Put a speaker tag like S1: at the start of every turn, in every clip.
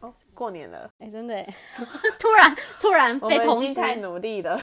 S1: 哦，过年了，
S2: 哎、真的 耶，突然突然
S1: 我
S2: 被
S1: 们已
S2: 通
S1: 经
S2: 知，
S1: 太努力了。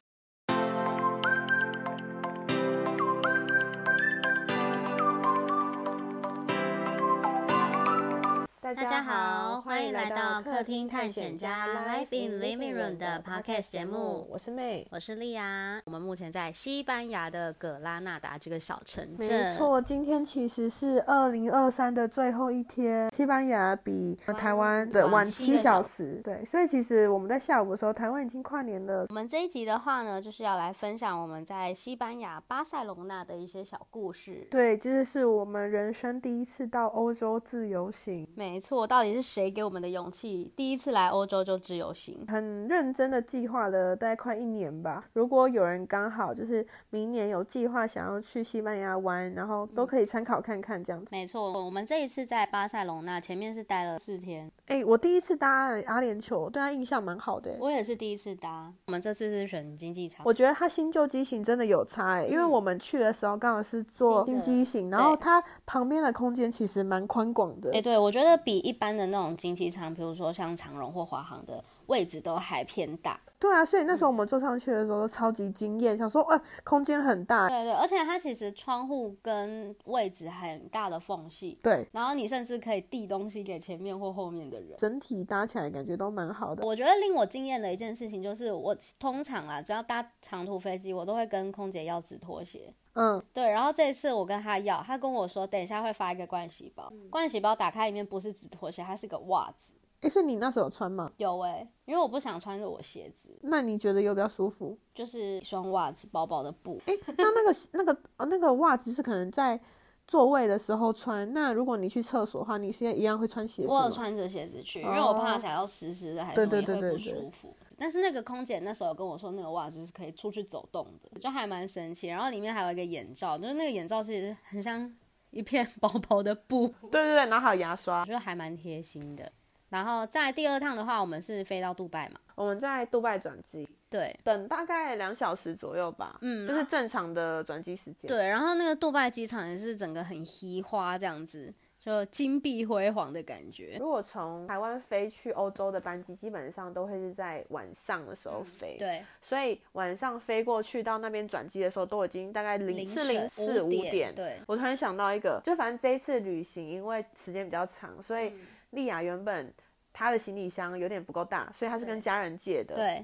S1: 大
S2: 大家好，欢迎来到客厅探险家 Life in Living Room 的 Podcast 节目。
S1: 我是妹。
S2: 我是莉亚，我们目前在西班牙的葛拉纳达这个小城镇。
S3: 没错，今天其实是二零二三的最后一天，西班牙比呃台湾对
S2: 晚
S3: 晚
S2: 七个
S3: 七
S2: 小
S3: 小时，对，所以其实我们在下午的时候，台湾已经跨年了。
S2: 我们这一集的话呢，就是要来分享我们在西班牙巴塞隆纳的一些小故事。
S3: 对，这就是我们人生第一次到欧洲自由行，
S2: 没错，到底是谁给我们的勇气？第一次来欧洲就自由行，
S3: 很认真的计划了大概快一年吧。如果有人刚好就是明年有计划想要去西班牙玩，然后
S2: 嗯
S3: 都可以参考看看这样子。
S2: 没错，我们这一次在巴塞隆纳，前面是待了四天，
S3: 哎、我第一次搭阿联酋，我对他印象蛮好的、欸
S2: 我也是第一次搭。我们这次是选经济舱，
S3: 我觉得它新旧机型真的有差、欸，因为
S2: 嗯
S3: 我们去的时候刚好是坐
S2: 新
S3: 新
S2: 的
S3: 机型，然
S2: 对
S3: 后它旁边的空间其实蛮宽广的
S2: 哎、。对，我觉得比一般的那种经济舱，比如说像长荣或华航的位置都还偏大。
S3: 对啊，所以那
S2: 嗯
S3: 时候我们坐上去的时候都超级惊艳，想说，哎、空间很大。
S2: 对对，而且它其实窗户跟位置很大的缝隙，
S3: 对，
S2: 然后你甚至可以递东西给前面或后面的人。
S3: 整体搭起来感觉都蛮好的。
S2: 我觉得令我惊艳的一件事情就是，我通常啊，只要搭长途飞机，我都会跟空姐要纸拖鞋。
S3: 嗯，
S2: 对，然后这一次我跟他要，他跟我说等一下会发一个盥洗包，盥洗包打开里面不是纸拖鞋，它是个袜子。
S3: 哎、所以你那时候有穿吗？
S2: 有诶、因为我不想穿着我鞋子，
S3: 那你觉得有比较舒服？
S2: 就是一双袜子，薄薄的布。
S3: 那那个那个呃那个袜子是可能在座位的时候穿，那如果你去厕所的话，你现在一样会穿鞋子
S2: 我
S3: 吗？
S2: 有穿着鞋子去，因
S3: 哦
S2: 为我怕踩到湿湿的，还是
S3: 对
S2: 会
S3: 对对
S2: 不
S3: 对对
S2: 舒服。但是那个空姐那时候有跟我说，那个袜子是可以出去走动的，就还蛮神奇。然后里面还有一个眼罩，就是那个眼罩其实很像一片 薄薄的布，
S3: 对对对，然后还有牙刷
S2: 我。觉得还蛮贴心的。然后在第二趟的话，我们是飞到杜拜嘛，
S3: 我们在杜拜转机，
S2: 对
S3: 等大概两小时左右吧，
S2: 嗯
S3: 就是正常的转机时间。，
S2: 对。然后那个杜拜机场也是整个很稀花这样子，就金碧辉煌的感觉。
S3: 如果从台湾飞去欧洲的班机，基本上都会是在晚上的时候飞，，
S2: 嗯对，
S3: 所以晚上飞过去到那边转机的时候，都已经大概零
S2: 凌
S3: 是
S2: 晨
S3: 零四
S2: 五
S3: 五
S2: 点
S3: 点。
S2: 对
S3: 我突然想到一个，就反正这一次旅行，因为时间比较长，所以
S2: 嗯
S3: 莉亚原本她的行李箱有点不够大，所以她是
S2: 对
S3: 跟家人借的。，
S2: 对，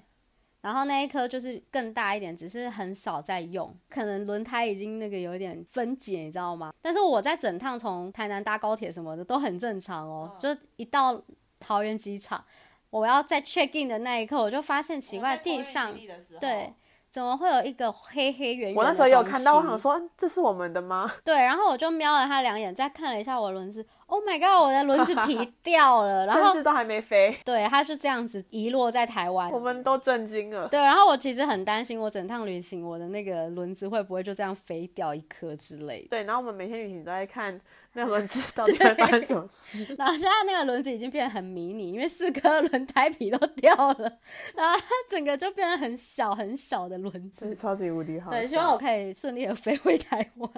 S2: 然后那一颗就是更大一点，只是很少在用，可能轮胎已经那个有点分解，你知道吗？但是我在整趟从台南搭高铁什么的都很正常哦，就一到桃园机场，我要在 check in 的那一刻，我就发现奇怪，地上对。怎么会有一个黑黑圆圆的
S3: 我那时候有
S2: 东
S3: 看到，我
S2: 西
S3: 想说嗯这是我们的吗？
S2: 对，然后我就瞄了他两眼，再看了一下我的轮子，Oh my god，我的轮子皮掉了，然
S3: 甚
S2: 后
S3: 至都还没飞，
S2: 对，它就这样子遗落在台湾，
S3: 我们都震惊了。
S2: 对，然后我其实很担心，我整趟旅行我的那个轮子会不会就这样飞掉一颗之类的。
S3: 对，然后我们每天旅行都在看那轮子到底会发生什么事。
S2: 然后现在那个轮子已经变得很迷你，因为四颗轮胎皮都掉了，然后它整个就变得很小很小的轮
S3: 是
S2: 子。
S3: 超级无敌好笑。
S2: 对，希望我可以顺利的飞回台湾。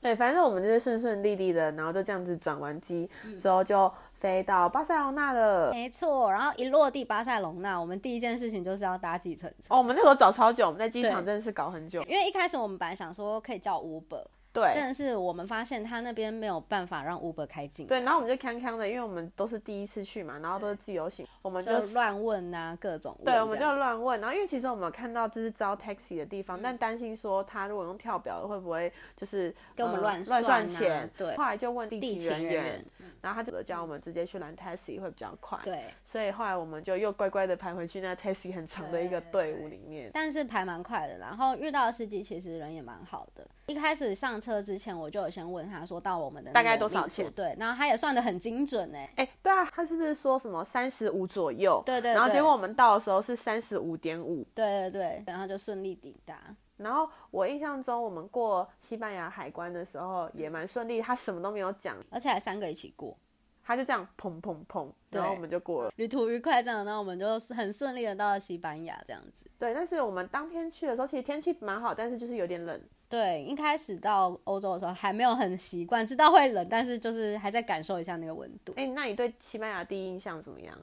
S3: 对，反正我们就是顺顺利利的，然后就这样子转完机、
S2: 嗯
S3: 之后就飞到巴塞罗那了。
S2: 没错，然后一落地巴塞隆纳，我们第一件事情就是要搭计程车，
S3: 哦，我们那时候找超久，我们在机场
S2: 对
S3: 真的是搞很久。
S2: 因为一开始我们本来想说可以叫 Uber，
S3: 对
S2: 但是我们发现他那边没有办法让 Uber 开进，
S3: 对，然后我们就康康的，因为我们都是第一次去嘛，然后都是自由行，我们就
S2: 就乱问啊各种问这
S3: 对，
S2: 样。嗯
S3: 我们就乱问。然后因为其实我们有看到就是招 taxi 的地方，但担心说他如果用跳表的会不会就是
S2: 跟我们
S3: 呃
S2: 乱
S3: 乱
S2: 算啊
S3: 算钱？
S2: 对
S3: 后来就问
S2: 地
S3: 地
S2: 勤
S3: 人
S2: 人员，
S3: 然后他就叫我们直接去拦 taxi 会比较快。
S2: 对，
S3: 所以后来我们就又乖乖的排回去那 taxi 很长的一个队伍里面。
S2: 但是排蛮快的。然后遇到的司机其实人也蛮好的。一开始上车之前，我就有先问他说到我们的那
S3: 大概
S2: 个
S3: 多少
S2: 秘书
S3: 钱
S2: 对，然后他也算的很精准呢、
S3: 哎、对啊，他是不是说什么三十五左右？
S2: 对对
S3: 然后
S2: 对
S3: 结果我们到的时候是三十五点五。
S2: 对对对，然后就顺利抵达。
S3: 然后我印象中，我们过西班牙海关的时候也蛮顺利，他什么都没有讲，
S2: 而且还三个一起过，
S3: 他就这样砰砰砰，
S2: 对
S3: 然后我们就过了。
S2: 旅途愉快这样，然后我们就是很顺利的到了西班牙这样子。
S3: 对，但是我们当天去的时候，其实天气蛮好，但是就是有点冷。
S2: 对，一开始到欧洲的时候还没有很习惯，知道会冷，但是就是还在感受一下那个温度。
S3: 哎，那你对西班牙第一印象怎么样？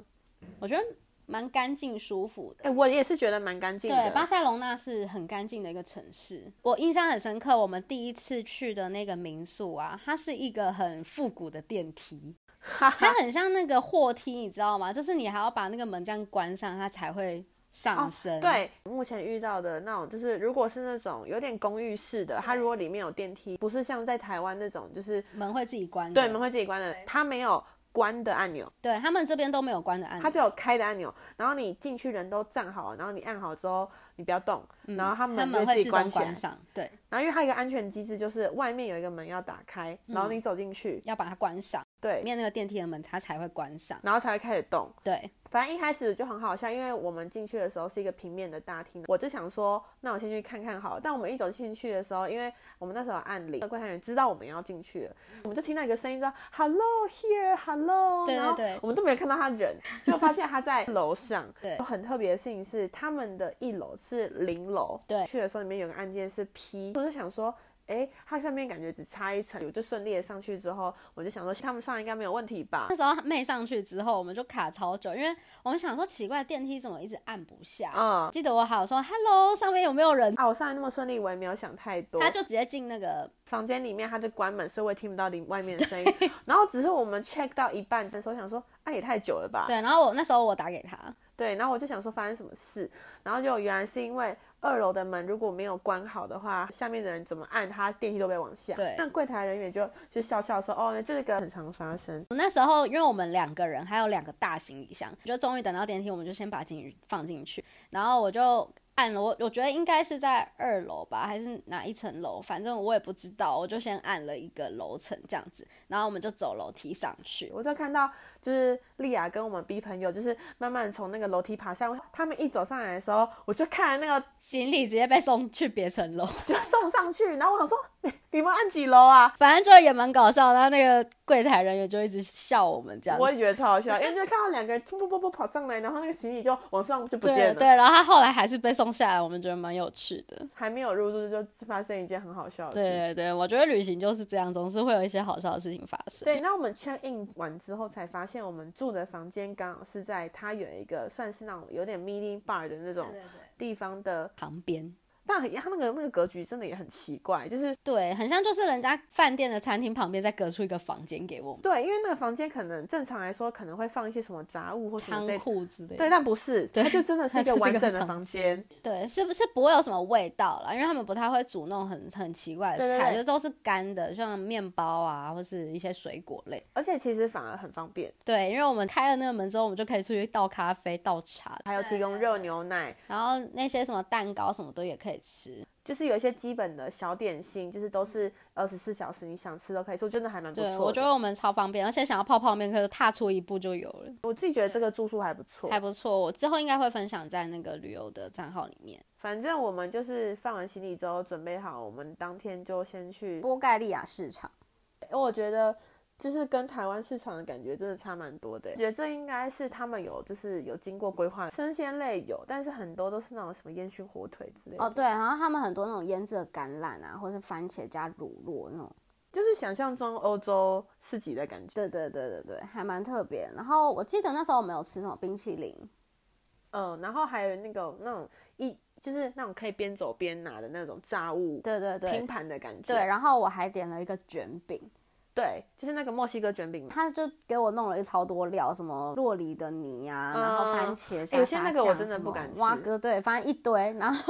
S2: 我觉得蛮干净舒服的。
S3: 哎、我也是觉得蛮干净
S2: 对，
S3: 的。
S2: 巴塞隆纳是很干净的一个城市。我印象很深刻，我们第一次去的那个民宿啊，它是一个很复古的电梯，
S3: 哈哈
S2: 它很像那个货梯，你知道吗？就是你还要把那个门这样关上，它才会上升。
S3: 哦对，目前遇到的那种，就是如果是那种有点公寓式的，它如果里面有电梯，不是像在台湾那种，就是
S2: 门会自己关的。
S3: 对门会自己关的，它没有关的按钮，
S2: 对他们这边都没有关的按
S3: 它
S2: 钮，
S3: 只有开的按钮。然后你进去人都站好，然后你按好之后，你不要动，然后它
S2: 他
S3: 门就
S2: 们
S3: 自
S2: 会
S3: 己
S2: 自
S3: 关
S2: 动
S3: 起来
S2: 关。上。对，
S3: 然后因为它有一个安全机制，就是外面有一个门要打开，然后你走进去，
S2: 要把它关上，里
S3: 对，
S2: 面那个电梯的门它才会关上。
S3: 然后才会开始动。
S2: 对，
S3: 反正一开始就很好笑，因为我们进去的时候是一个平面的大厅，我就想说，那我先去看看好了。但我们一走进去的时候，因为我们那时候有按铃，柜台员知道我们要进去了，我们就听到一个声音说 “hello here hello”，
S2: 对对
S3: 然后
S2: 对
S3: 我们都没有看到他人，结果发现他在楼上。
S2: 对
S3: 很特别的事情是，他们的一楼是零楼，
S2: 对
S3: 去的时候里面有个按键是 P，我就想说。诶，它上面感觉只差一层，我就顺利的上去之后，我就想说他们上应该没有问题吧
S2: 那。时候妹上去之后，我们就卡超久，因为我们想说奇怪，电梯怎么一直按不下？
S3: 嗯
S2: 记得我好说 “hello”，上面有没有人？
S3: 啊，我上来那么顺利，我也没有想太多。
S2: 他就直接进那个，
S3: 房间里面他就关门，所以我也听不到里外面的 声音。然后只是我们 check 到一半的时候，想说，啊，也太久了吧？
S2: 对，然后我那时候我打给他，
S3: 对然后我就想说发生什么事，然后就原来是因为二楼的门如果没有关好的话，下面的人怎么按，他电梯都被往下。
S2: 对
S3: 那柜台人员就就笑笑说，哦，这个很常发生。
S2: 我那时候因为我们两个人还有两个大行李箱，就终于等到电梯，我们就先把进去放进去，然后我就按了，我我觉得应该是在二楼吧，还是哪一层楼，反正我也不知道，我就先按了一个楼层这样子，然后我们就走楼梯上去，
S3: 我就看到就是丽亚跟我们 B 朋友，就是慢慢从那个楼梯爬下。他们一走上来的时候，我就看那个
S2: 行李直接被送去别层楼，
S3: 就送上去，然后我想说， 你你们按几楼啊？
S2: 反正就也蛮搞笑的，然后那个柜台人员就一直笑我们这样子
S3: 我也觉得超好笑，因为就看到两个人噗噗噗噗跑上来，然后那个行李就往上就不见
S2: 对
S3: 了，
S2: 对，然后他后来还是被送下来，我们觉得蛮有趣的。
S3: 还没有入住就发生一件很好笑的
S2: 对
S3: 事。
S2: 对对，我觉得旅行就是这样，总是会有一些好笑的事情发生。
S3: 对，那我们 check in 完之后才发现，我们住的房间刚好是在它有一个算是那种有点 mini bar 的那种
S2: 对，
S3: 地方的，
S2: 旁边
S3: 但很它那个那个格局真的也很奇怪，就是
S2: 对，很像就是人家饭店的餐厅旁边再隔出一个房间给我们，
S3: 对，因为那个房间可能正常来说可能会放一些什么杂物或什么
S2: 仓
S3: 之类的，
S2: 库之类
S3: 对，
S2: 的。
S3: 但不是，
S2: 对
S3: 它就真的是一
S2: 它
S3: 个
S2: 就是一
S3: 完
S2: 个
S3: 整的
S2: 房
S3: 房间，
S2: 对，是不是不会有什么味道啦？因为他们不太会煮那种很很奇怪的
S3: 对对
S2: 菜，
S3: 对
S2: 就都是干的，像面包啊，或是一些水果类。
S3: 而且其实反而很方便，
S2: 对，因为我们开了那个门之后，我们就可以出去倒咖啡、倒茶，
S3: 还有提供热牛奶，
S2: 然后那些什么蛋糕什么都也可以吃。
S3: 就是有一些基本的小点心，就是都是二十四小时你想吃都可以，所以真的还蛮不错
S2: 嗯对，
S3: 的。
S2: 我觉得我们超方便，而且想要泡泡面，可以踏出一步就有了，
S3: 我自己觉得这个住宿还不错
S2: 还。不错。我之后应该会分享在那个旅游的账号里面。
S3: 反正我们就是放完行李之后准备好，我们当天就先去。
S2: 波盖利亚市场，
S3: 因为我觉得就是跟台湾市场的感觉真的差蛮多的。觉得这应该是他们有就是有经过规划，生鲜类有，但是很多都是那种什么烟熏火腿之类的。
S2: 哦，对，然后他们很多那种腌制的橄榄啊，或是番茄加乳酪那种，
S3: 就是想象中欧洲市集的感觉。
S2: 对对对对对，还蛮特别。然后我记得那时候我们有吃什么冰淇淋，
S3: 嗯，然后还有那个那种一就是那种可以边走边拿的那种炸物。
S2: 对对
S3: 拼
S2: 对
S3: 盘的感觉，
S2: 对，然后我还点了一个卷饼，
S3: 对，就是那个墨西哥卷饼嘛。
S2: 他就给我弄了一超多料，什么洛里的泥啊，
S3: 嗯
S2: 然后番茄沙茶酱、
S3: 有些那个我真的不敢吃
S2: 什么蛙哥对，反正一堆，然后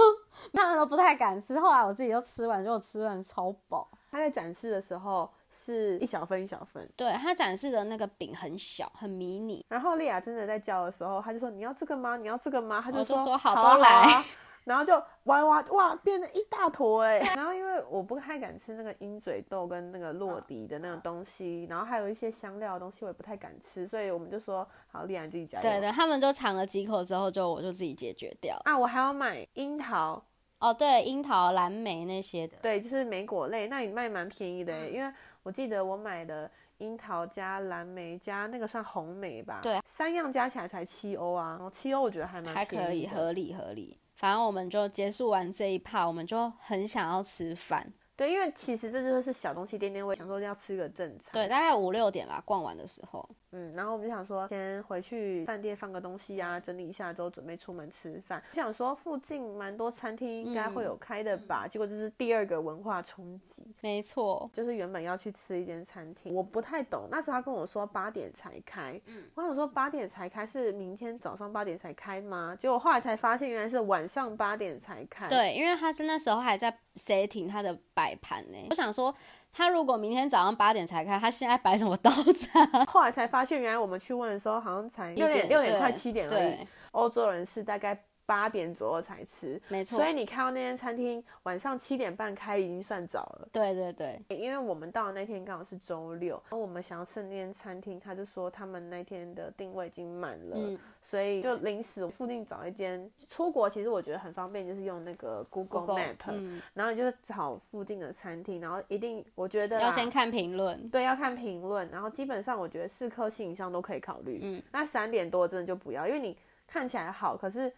S2: 他们都不太敢吃。后来我自己就吃完，就吃完超饱。
S3: 它在展示的时候是一小份一小份，
S2: 对他展示的那个饼很小，很 迷你，
S3: 然后丽亚真的在教的时候，她就说你要这个吗？你要这个吗？她
S2: 我就
S3: 说
S2: 说
S3: 好
S2: 好
S3: 啊
S2: 都
S3: 啊
S2: 来
S3: 然后就哇哇哇变成一大坨哎、然后因为我不太敢吃那个鹰嘴豆跟那个洛迪的那种东西，然后还有一些香料的东西我也不太敢吃，所以我们就说好，丽亚你自己加油。
S2: 对对，他们就尝了几口之后，就我就自己解决掉。
S3: 啊，我还要买樱桃，
S2: 哦，对，樱桃、蓝莓那些的，
S3: 对，就是莓果类，那你卖蛮便宜的
S2: 嗯
S3: 耶、因为我记得我买的樱桃加蓝莓加那个算红莓吧，
S2: 对，
S3: 三样加起来才七欧啊，然后七欧我觉得还蛮
S2: 还可
S3: 便宜
S2: 以，
S3: 的
S2: 合理合理。反正我们就结束完这一趴，我们就很想要吃饭。
S3: 对，因为其实这就是小东西垫垫，我想说要吃个正餐，
S2: 对，大概五六点吧，逛完的时候。
S3: 嗯，然后我们就想说先回去饭店放个东西啊，整理一下之后准备出门吃饭。就想说附近蛮多餐厅应
S2: 嗯
S3: 该会有开的吧，结果这是第二个文化冲击。
S2: 没错，
S3: 就是原本要去吃一间餐厅，我不太懂。那时候他跟我说八点才开，嗯，我想说八点才开是明天早上八点才开吗？结果后来才发现原来是晚上八点才开。，
S2: 对，因为他是那时候还在 setting 他的摆盘呢。我想说，他如果明天早上八点才开，他现在摆什么刀叉？
S3: 后来才发现原来我们去问的时候好像才 六点六点快七点而已，
S2: 对，
S3: 欧洲人是大概八点左右才吃。
S2: 没错
S3: 所，以你看到那间餐厅晚上七点半开已经算早了，
S2: 对对对，
S3: 因为我们到的那天刚好是周六，然后我们想要吃的那间餐厅，他就说他们那天的定位已经满了，
S2: 嗯，
S3: 所以就临时附近找一间。出国其实我觉得很方便，就是用那个 Google
S2: Google，
S3: Map，、
S2: 嗯，
S3: 然后你就找附近的餐厅，然后一定我觉得啦啊
S2: 要先看评论，嗯
S3: 对要看评论，然后基本上我觉得四颗星以上都可以考虑。
S2: 嗯，
S3: 那三点多真的就不要，因为你看起来好，可是。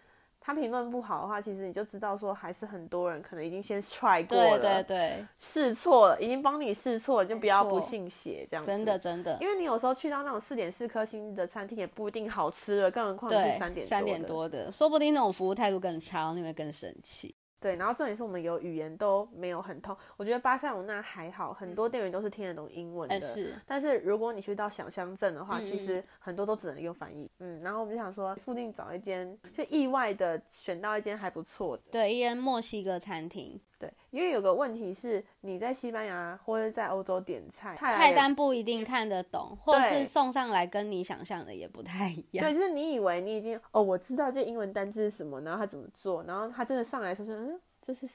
S3: 他评论不好的话，其实你就知道说还是很多人可能已经先 try 过
S2: 对
S3: 了，
S2: 对对，
S3: 试错了，已经帮你试错了，就不要
S2: 没错
S3: 不信邪这样子。
S2: 真的真的，
S3: 嗯因为你有时候去到那种四点四颗星的餐厅也不一定好吃了，更何况
S2: 对
S3: 是三点
S2: 三点
S3: 的。
S2: 多的，说不定那种服务态度更差，你会更生气。
S3: 对，然后重点是我们有语言都没有很通，我觉得巴塞罗那还好，很多店员都是听得懂英文的。
S2: 但嗯呃是
S3: 但是如果你去到小乡镇的话，
S2: 嗯嗯
S3: 其实很多都只能用翻译。嗯，然后我们就想说附近找一间，就意外的选到一间还不错的。
S2: 对，一间墨西哥餐厅，
S3: 对，因为有个问题是你在西班牙或者在欧洲点菜，菜来
S2: 菜
S3: 也
S2: 单不一定看得懂，或是
S3: 对
S2: 送上来跟你想象的也不太一样。
S3: 对，就是你以为你已经哦，我知道这英文单字是什么，然后他怎么做，然后他真的上来的时候说，嗯，这是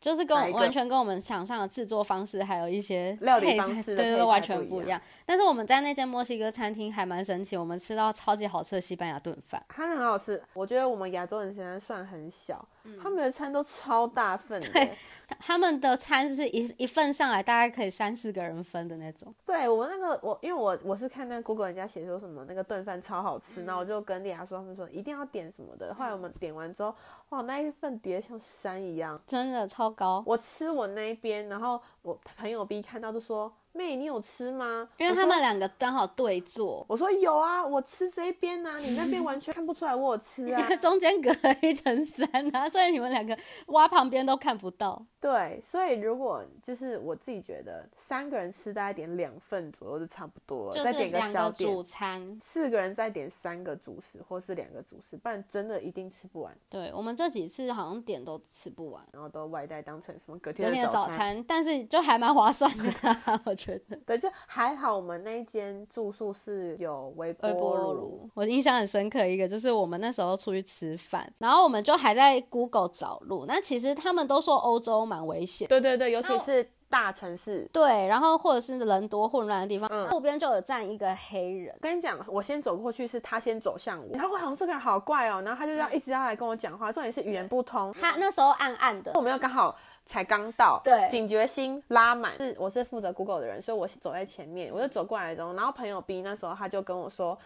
S2: 就是跟
S3: 哪一
S2: 我
S3: 个
S2: 完全跟我们想象的制作方式，还有一些
S3: 料理
S2: 配菜
S3: 方式的
S2: 对对
S3: 配
S2: 对
S3: 菜
S2: 完全
S3: 不一
S2: 一
S3: 样
S2: 样。但是我们在那间墨西哥餐厅还蛮神奇，我们吃到超级好吃的西班牙炖饭，
S3: 它很好吃。我觉得我们亚洲人现在算很小，
S2: 嗯
S3: 他们的餐都超大份的欸。
S2: 他他们的餐就是一一份上来大概可以三四个人分的那种。
S3: 对我那个我，因为我我是看那 Google 人家写说什么那个炖饭超好吃，然后我
S2: 嗯
S3: 就跟丽雅说，他们说一定要点什么的。后来我们点完之后，哇，那一份叠得像山一样。
S2: 真的超高，
S3: 我吃我那一边，然后我朋友 B 看到就说：“妹，你有吃吗？”
S2: 因为
S3: 我
S2: 他
S3: 说
S2: 们两个刚好对坐，
S3: 我说有啊，我吃这一边呐、你那边完全看不出来我有吃啊
S2: 因为。中间隔了一层山啊，所以你们两个挖旁边都看不到。
S3: 对，所以如果就是我自己觉得三个人吃大概点两份左右就差不多了，
S2: 就
S3: 再
S2: 是
S3: 点
S2: 两
S3: 小
S2: 个
S3: 点
S2: 主。餐。
S3: 四个人再点三个主食或是两个主食，不然真的一定吃不完，
S2: 对我们这几次好像点都吃不完，
S3: 然后都外带当成什么隔
S2: 昨
S3: 天
S2: 天
S3: 的
S2: 的早
S3: 餐。
S2: 餐，但是就还蛮划算的、啊， 我觉得。
S3: 对，就还好我们那一间住宿是有微波
S2: 微波
S3: 炉，
S2: 哦炉，我印象很深刻一个就是我们那时候出去吃饭，然后我们就还在 Google 找路。那其实他们都说欧洲蛮危险，
S3: 对对对，尤
S2: 那
S3: 其
S2: 我
S3: 是大城市，
S2: 对，然后或者是人多混乱的地方，
S3: 嗯
S2: 路边就有站一个黑人，
S3: 跟你讲，我先走过去，是他先走向我，然后我想说这个人好怪哦，然后他就要一直要来跟我讲话，重点是语言不通，
S2: 嗯他那时候暗暗的
S3: 我，们又刚好才刚到，
S2: 对
S3: 警觉心拉满。是我是负责 Google 的人，所以我是走在前面，我就走过来之后，然后朋友 B 那时候他就跟我说。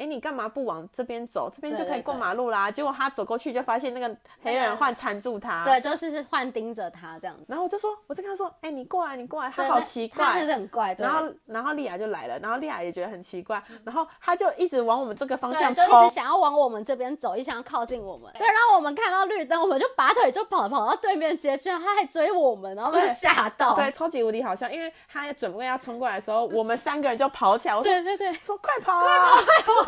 S3: 哎，你干嘛不往这边走？这边就
S2: 对
S3: 可以
S2: 对
S3: 过
S2: 对哎
S3: 马路啦。结果他走过去就发现那个黑人换缠住他，
S2: 对，。就是是幻盯着他这样子，
S3: 然后我就说，我就跟他说，哎，你过来，你过来。他
S2: 对
S3: 好
S2: 那
S3: 奇
S2: 他
S3: 怪
S2: 真，的很怪，对
S3: 然后然后丽雅就来了，然后丽雅也觉得很奇怪，然后她就一直往我们这个方
S2: 对，
S3: 向
S2: 就
S3: 冲，
S2: 一直想要往我们这边走，一直想要靠近我们。对，然后我们看到绿灯，我们就拔腿就跑，跑到对面街去，他还追我们，然后我们就
S3: 对
S2: 吓到。
S3: 对，超级无敌好笑，因为他准备要冲过来的时候，我们三个人就跑起来，我说
S2: 对对对，
S3: 说快跑啊！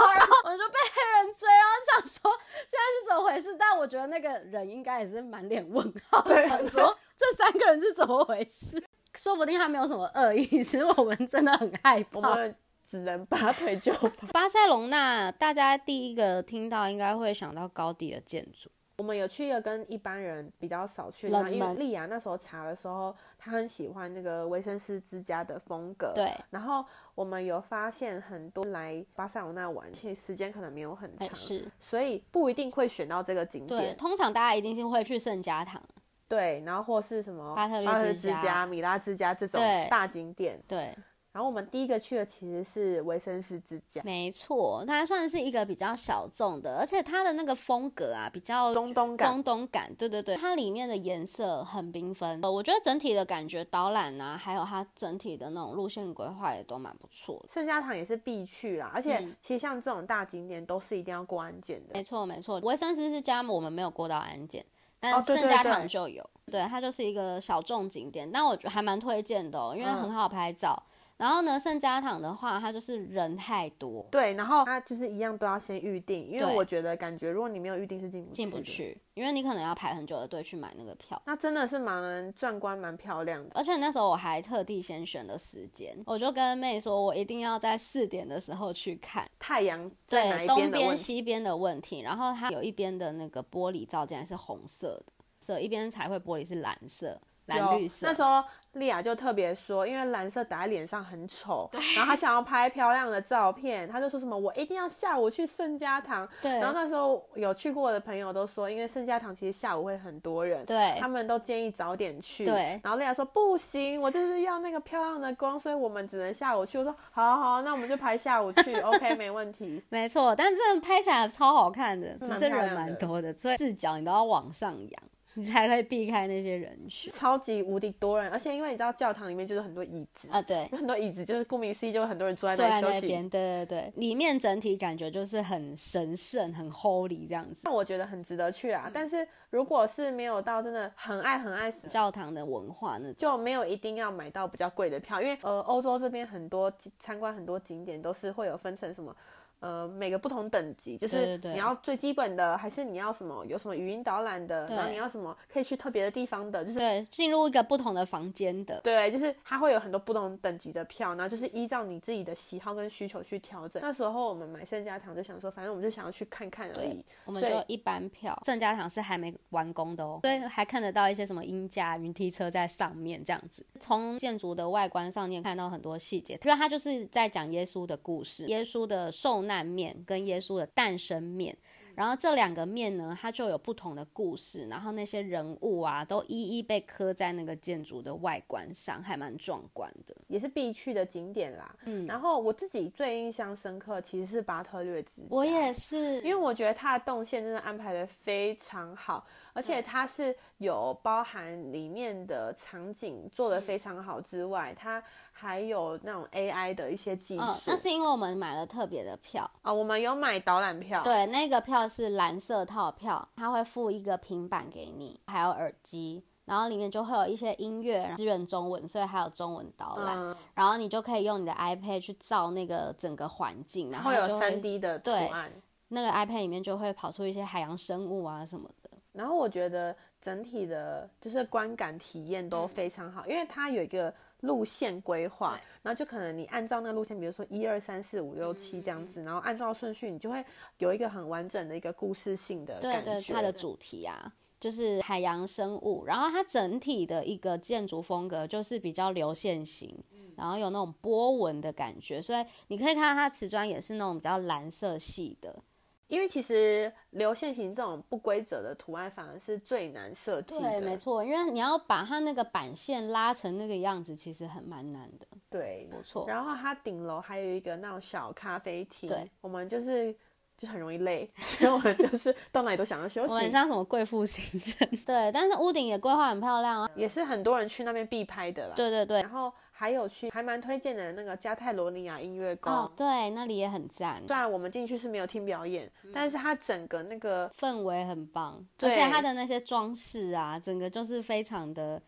S2: 然后我就被黑人追，然后想说现在是怎么回事？但我觉得那个人应该也是满脸问号，
S3: 对
S2: 想说这三个人是怎么回事？ 说不定他没有什么恶意，只是我们真的很害
S3: 我
S2: 怕。
S3: 们只能拔腿就跑。
S2: 巴塞隆纳，大家第一个听到应该会想到高迪的建筑，
S3: 我们有去一个跟一般人比较少去的地
S2: 冷
S3: 方，因为
S2: 门
S3: 丽雅那时候查的时候，她很喜欢那个维森斯之家的风格。
S2: 对，
S3: 然后我们有发现很多来巴塞罗那玩，其实时间可能没有很长，
S2: 哎是
S3: 所以不一定会选到这个景
S2: 对，
S3: 点。
S2: 通常大家一定是会去圣家堂。
S3: 对，然后或是什么
S2: 巴特利之
S3: 之
S2: 家
S3: 家、米拉之家这种
S2: 对
S3: 大景点。
S2: 对，
S3: 然后我们第一个去的其实是维森斯之家，
S2: 没错，它算是一个比较小众的，而且它的那个风格啊，比较
S3: 中东感。
S2: 中东感，对对对，它里面的颜色很缤纷，呃，我觉得整体的感觉导览啊，还有它整体的那种路线规划也都蛮不错的。
S3: 圣家堂也是必去啦，而且
S2: 嗯
S3: 其实像这种大景点都是一定要过安检的
S2: 没。错没错，维森斯之家我们没有过到安检，但
S3: 哦对
S2: 圣
S3: 对
S2: 家
S3: 对
S2: 堂就有，对它就是一个小众景点，但我觉得还蛮推荐的、哦，因为
S3: 嗯
S2: 很好拍照。然后呢，圣家堂的话，它就是人太多，
S3: 对，然后它就是一样都要先预定，因为
S2: 对
S3: 我觉得感觉如果你没有预定是进不去
S2: 进不
S3: 的。
S2: 去，因为你可能要排很久的队去买那个票。
S3: 那真的是蛮壮观，蛮漂亮的。
S2: 而且那时候我还特地先选了时间，我就跟妹说，我一定要在四点的时候去看。
S3: 太阳在哪
S2: 对，
S3: 一
S2: 东
S3: 边的问
S2: 边
S3: 题？
S2: 西边的问题，然后它有一边的那个玻璃罩竟然是红色的，色一边彩绘玻璃是蓝色、蓝
S3: 有
S2: 绿色。
S3: 那时候莉亚就特别说，因为蓝色打在脸上很丑，然后她想要拍漂亮的照片，她就说什么我一定要下午去圣家堂。
S2: 对，
S3: 然后那时候有去过的朋友都说，因为圣家堂其实下午会很多人，
S2: 对
S3: 他们都建议早点去。
S2: 对
S3: 然后莉亚说不行，我就是要那个漂亮的光，所以我们只能下午去。我说好好好，那我们就排下午 去，OK，没问题。
S2: 没错，但真的拍起来超好看的，只
S3: 蛮
S2: 是
S3: 嗯漂
S2: 人
S3: 亮
S2: 蛮
S3: 的
S2: 多的，所以视角你都要往上扬，你才可以避开那些人群
S3: 超级无敌多人，而且因为你知道教堂里面就是很多椅子，
S2: 啊。 对，
S3: 有很多椅子，就是顾名思义，就有很多人坐在
S2: 坐
S3: 那
S2: 在
S3: 里休
S2: 那
S3: 息。
S2: 边，对对对，里面整体感觉就是很神圣、很 holy 这样子。
S3: 那我觉得很值得去啊，
S2: 嗯
S3: 但是如果是没有到真的很爱很爱死，
S2: 教堂的文化那种。
S3: 就没有一定要买到比较贵的票，因为呃，欧洲这边很多景参观很多景点都是会有分成什么。呃，每个不同等级，就
S2: 对
S3: 是
S2: 对对
S3: 你要最基本的，还是你要什么有什么语音导览的，
S2: 对
S3: 然后你要什么可以去特别的地方的，就是
S2: 对，进入一个不同的房间的，
S3: 对，就是它会有很多不同等级的票，然后就是依照你自己的喜好跟需求去调整。那时候我们买圣家堂就想说，反正我们就想要去看看而已
S2: 对，我们
S3: 所以
S2: 就一般票。圣家堂是还没完工的哦，所以还看得到一些什么鹰架、云梯车在上面这样子。从建筑的外观上，你也看到很多细节，因为它就是在讲耶稣的故事，耶稣的受难面跟耶稣的诞生面。然后这两个面呢，它就有不同的故事，然后那些人物啊，都一一被刻在那个建筑的外观上，还蛮壮观的。
S3: 也是必去的景点啦。
S2: 嗯
S3: 然后我自己最印象深刻其实是巴特略之家，
S2: 我也是，啊
S3: 因为我觉得它的动线真的安排的非常好，而
S2: 嗯
S3: 且它是有包含里面的场景做
S2: 嗯
S3: 的非常好之外，它还有那种 AI 的一些技术
S2: 嗯
S3: 啊、，
S2: 那是因为我们买了特别的票，
S3: 我们有买导览票，
S2: 对，那个票是蓝色套票，它会附一个平板给你，还有耳机，然后里面就会有一些音乐，支援中文，所以还有中文导览，
S3: 嗯，
S2: 然后你就可以用你的 iPad 去造那个整个环境，然
S3: 然
S2: 后
S3: 后有
S2: 就会
S3: 3 D 的图
S2: 对
S3: 案。
S2: 那个 iPad 里面就会跑出一些海洋生物啊什么的，
S3: 然后我觉得整体的就是观感体验都非常好，因为它有一个路线规划
S2: 嗯对，
S3: 然后就可能你按照那个路线，比如说一二三四五六七
S2: 嗯
S3: 这样子，然后按照顺序，你就会有一个很完整的一个故事性的
S2: 对
S3: 感
S2: 对，
S3: 觉。
S2: 它的主题啊。就是海洋生物，然后它整体的一个建筑风格就是比较流线型，然后有那种波纹的感觉，所以你可以看到它瓷砖也是那种比较蓝色系的，
S3: 因为其实流线型这种不规则的图案反而是最难设计
S2: 对，
S3: 的，
S2: 没错，因为你要把它那个板线拉成那个样子，其实很蛮难的。
S3: 对
S2: 不错，
S3: 然后它顶楼还有一个那种小咖啡厅，
S2: 对，
S3: 我们就是就很容易累， 所以我们就是到哪里都想要休
S2: 我很
S3: 息，
S2: 像什么贵妇行程， 对，但是屋顶也规划很漂亮啊。
S3: 也是很多人去那边必拍的啦。
S2: 对对对，
S3: 然后还有去还蛮推荐的那个加泰罗尼亚音乐宫，
S2: 哦，对，啊那里也很赞，
S3: 虽然我们进去是没有听表演，
S2: 嗯
S3: 但是它整个那个
S2: 氛围很棒，而
S3: 对
S2: 且它的那些装饰啊，整个就是非常的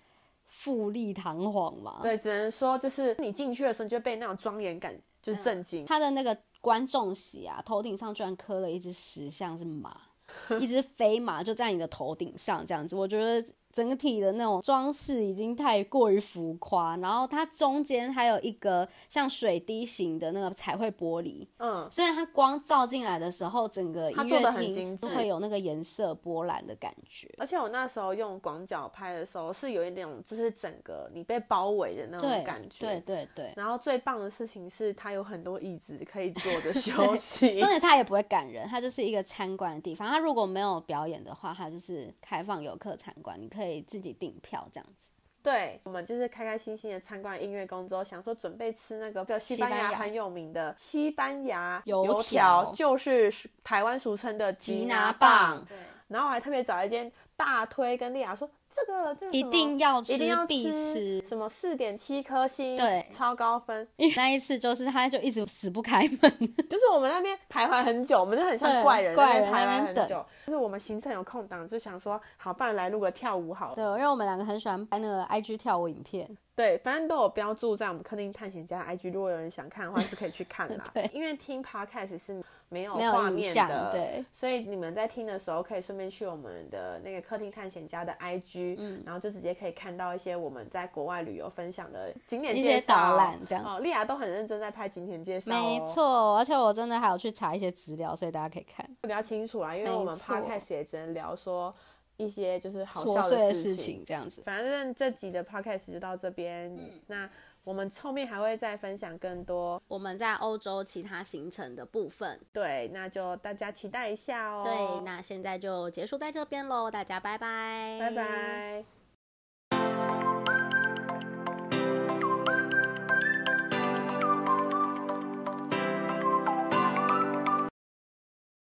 S2: 富丽堂皇嘛。，
S3: 对，只能说就是你进去的时候你就被那种庄严感就是
S2: 嗯
S3: 震惊。
S2: 它的那个观众席啊，头顶上居然刻了一只石像是马， 一只飞马就在你的头顶上这样子，我觉得。整体的那种装饰已经太过于浮夸，然后它中间还有一个像水滴形的那个彩绘玻璃，
S3: 嗯，
S2: 虽然它光照进来的时候，整个
S3: 它
S2: 音
S3: 做得
S2: 乐
S3: 很精
S2: 厅
S3: 致
S2: 就会有那个颜色波澜的感觉。
S3: 而且我那时候用广角拍的时候是有一种就是整个你被包围的那
S2: 对
S3: 种感，觉。
S2: 对对对，
S3: 然后最棒的事情是它有很多椅子可以坐着休 息
S2: 重。点是它也不会赶人，它就是一个参观的地方。它如果没有表演的话，它就是开放游客参观，你可以自己订票这样子。
S3: 对，我们就是开开心心的参观音乐宫之后，想说准备吃那个西班
S2: 西班
S3: 牙
S2: 牙
S3: 很有名的西班牙
S2: 油
S3: 油
S2: 条
S3: 条，就是台湾俗称的吉
S2: 吉
S3: 拿
S2: 拿
S3: 棒。
S2: 棒
S1: 对，
S3: 然后我还特别找一间大推跟丽雅说，这个这个
S2: 一
S3: 什么
S2: 定要吃，
S3: 一定要
S2: 必吃。
S3: 什么四点七颗星，
S2: 对
S3: 超高分。
S2: 那一次就是他就一直死不开门，
S3: 就是我们那边徘徊很久，我们就很像
S2: 对
S3: 怪人，
S2: 怪
S3: 那边徘
S2: 人那
S3: 徊
S2: 边等
S3: 很久。就是我们行程有空档，就想说好，不然来录个跳舞好了。
S2: 对，因为我们两个很喜欢拍那个 IG 跳舞影片，。
S3: 对，反正都有标注在我们客厅探险家的 IG，如果有人想看的话是可以去看啦
S2: 对
S3: 因为听 podcast 是没有
S2: 没有
S3: 画
S2: 影
S3: 面
S2: 像
S3: 的，，
S2: 对，
S3: 所以你们在听的时候可以顺便去我们的那个客厅探险家的 IG，嗯，然后就直接可以看到一些我们在国外旅游分享的景点
S2: 一
S3: 介
S2: 些
S3: 绍
S2: 导览这样
S3: 哦，丽雅都很认真在拍景点介绍、哦，
S2: 没，错。而且我真的还有去查一些资料，所以大家可以看。
S3: 比较清楚啊啦，因为我们
S2: 没错
S3: podcast 也只能聊说一些就是好
S2: 琐
S3: 笑
S2: 碎的
S3: 事
S2: 事
S3: 情
S2: 情。这样子。
S3: 反正这集的 podcast 就到这边，那我们后面还会再分享更多。
S1: 我们在欧洲其他行程的部分。
S3: 对，那就大家期待一下哦。
S1: 对，那现在就结束在这边喽，大家拜拜，
S3: 拜拜。